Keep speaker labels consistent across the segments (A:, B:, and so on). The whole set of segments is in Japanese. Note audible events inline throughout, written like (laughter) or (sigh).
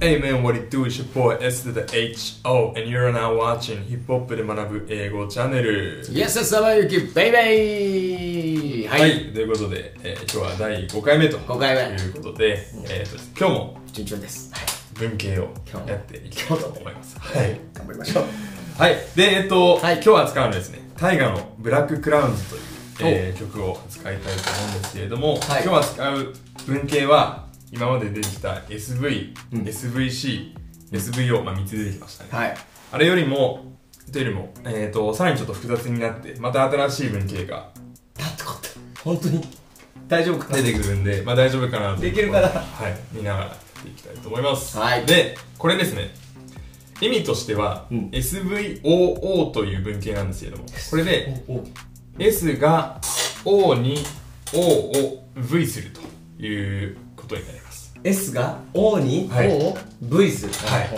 A: Hey man, what it do? It's your boy S to the HO and you're now watching ヒップホップで学ぶ英語チャンネル
B: イエスサバユキベイベイ
A: は、
B: はいい、
A: ということで、えー今日は第5回目と
B: 5回目
A: いうことで、えーと今日も
B: 順調です、
A: 文系を
B: 今日も
A: やっていきたいと思います。はい、
B: 頑張りましょう
A: はい、で、えっと、
B: はい
A: 今日扱うのはですね、タイガのブラッククラウンズという、えー曲を扱いたいと思うんですけれども、
B: はい
A: 今日扱う文系は、今まで出てきた SV、
B: うん
A: SVC、SVO、まあ、3つ出てきましたね。
B: はい
A: あれよりも、というよりも、えっと、さらにちょっと複雑になって、また新しい文系が
B: だってこと本当に大丈夫か
A: 出てくるんで、まあ大丈夫かなと。
B: できるかな
A: はい、見ながらやっていきたいと思います。
B: はい
A: で、これですね。意味としては、
B: うん
A: SVOO という文系なんですけれども、これで、
B: おお
A: S が O に O を V するということになります。
B: S が O に
A: はい
B: O を V する
A: はい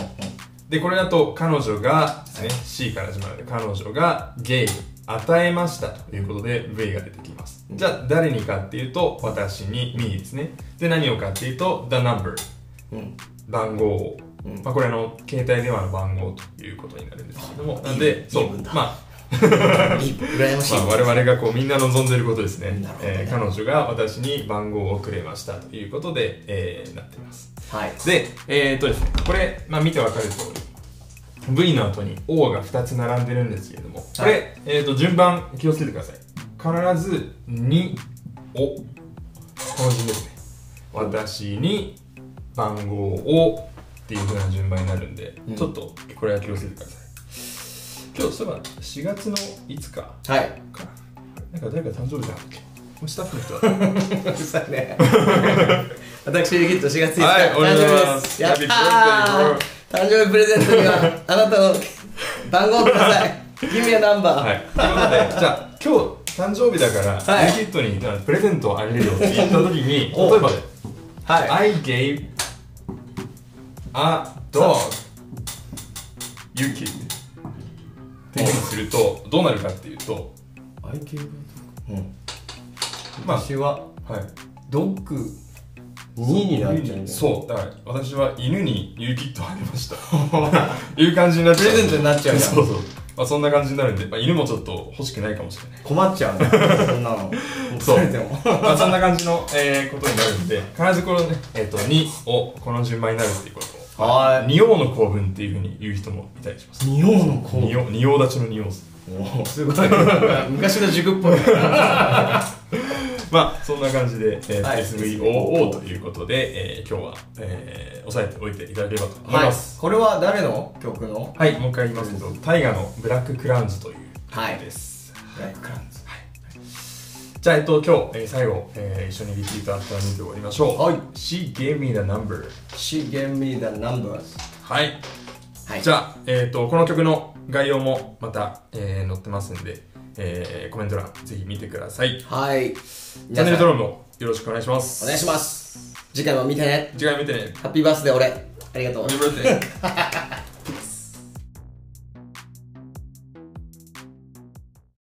A: で、これだと、彼女がですね、C から始まるので、彼女がゲイ与えましたということで V が出てきます。じゃあ、誰にかっていうと、私に、me ですね。で、何をかっていうと、the number。
B: うんうん
A: 番号を、
B: うん
A: まあ、これあの携帯電話の番号ということになるんですけどもなん
B: いい
A: でそう
B: 分だ
A: まあ
B: いい羨ましい
A: まあ、我々がこうみんな望んでることですね
B: なるほどね
A: えー彼女が私に番号をくれましたということで、えーなっています
B: はい
A: でえー、っとですねこれ、まあ、見てわかる通り V の後に O が2つ並んでるんですけれどもこれ、
B: は
A: えー、っと順番気をつけてください必ず2をこの順ですね私に番号をっていう風な順番になるんで、
B: うん
A: ちょっとこれは気をつけてください今日そういえば4月の5日
B: はい
A: かななんか誰か誕生日じゃなかったっけもうスタッフの人だった
B: うるさいね私リキッド4月5日、
A: はいおめでとうござい
B: 誕生
A: ま
B: 日ですすやったー誕生日プレゼントにはあなたの番号をください Give me a number
A: はいということでじゃあ今日誕生日だから、
B: はい
A: ユキットにプレゼントをあげるよって言った時
B: (laughs)
A: に例えばで
B: はい
A: I gave a dog ユキっていうふうにするとどうなるかっていうと
B: I gave うん
A: まあ
B: 私は
A: はい
B: ドッグ2になっちゃうんだよ
A: そうだから私は犬にユーキットをあげました (laughs) いう感じになっちゃう
B: プレゼントになっちゃうじゃん
A: そうそう、まあ、そんな感じになるんで、まあ、犬もちょっと欲しくないかもしれない
B: 困っちゃうんだよそんなの
A: そう
B: それでも
A: まあそんな感じの、えーことになるんで必ずこのね、えー、と2をこの順番になるっていうことを
B: は
A: 二王の構文っていうふうに言う人もいたりします
B: い仁王の子
A: 二王二王立ちの二王です
B: おすごい昔の塾っぽい
A: まあそんな感じで、えー
B: はい
A: SVOO ということで、えー今日は、えー押さえておいていただければと思い
B: はい
A: ます、
B: これは誰の曲の
A: はい、もう一回言いますけど、タイガのブラッククラウンズという
B: はい
A: です。
B: ブラッククラウンズ
A: じゃあ、えっと、今日、えー最後、えー一緒にリピートアフターミート終わりましょう。
B: はい
A: She gave me the number.
B: She gave me the numbers
A: はい。
B: はい
A: じゃあ、えっと、この曲の概要もまた、えー載ってますんで、えーコメント欄、ぜひ見てください。チ
B: はいチ
A: ャンネル登
B: 録
A: 録もよろしくお願いします。
B: お願いします次回も見てね
A: す。次回見てね。
B: ハッピーバースデー俺ありがとう
A: おめでとうございます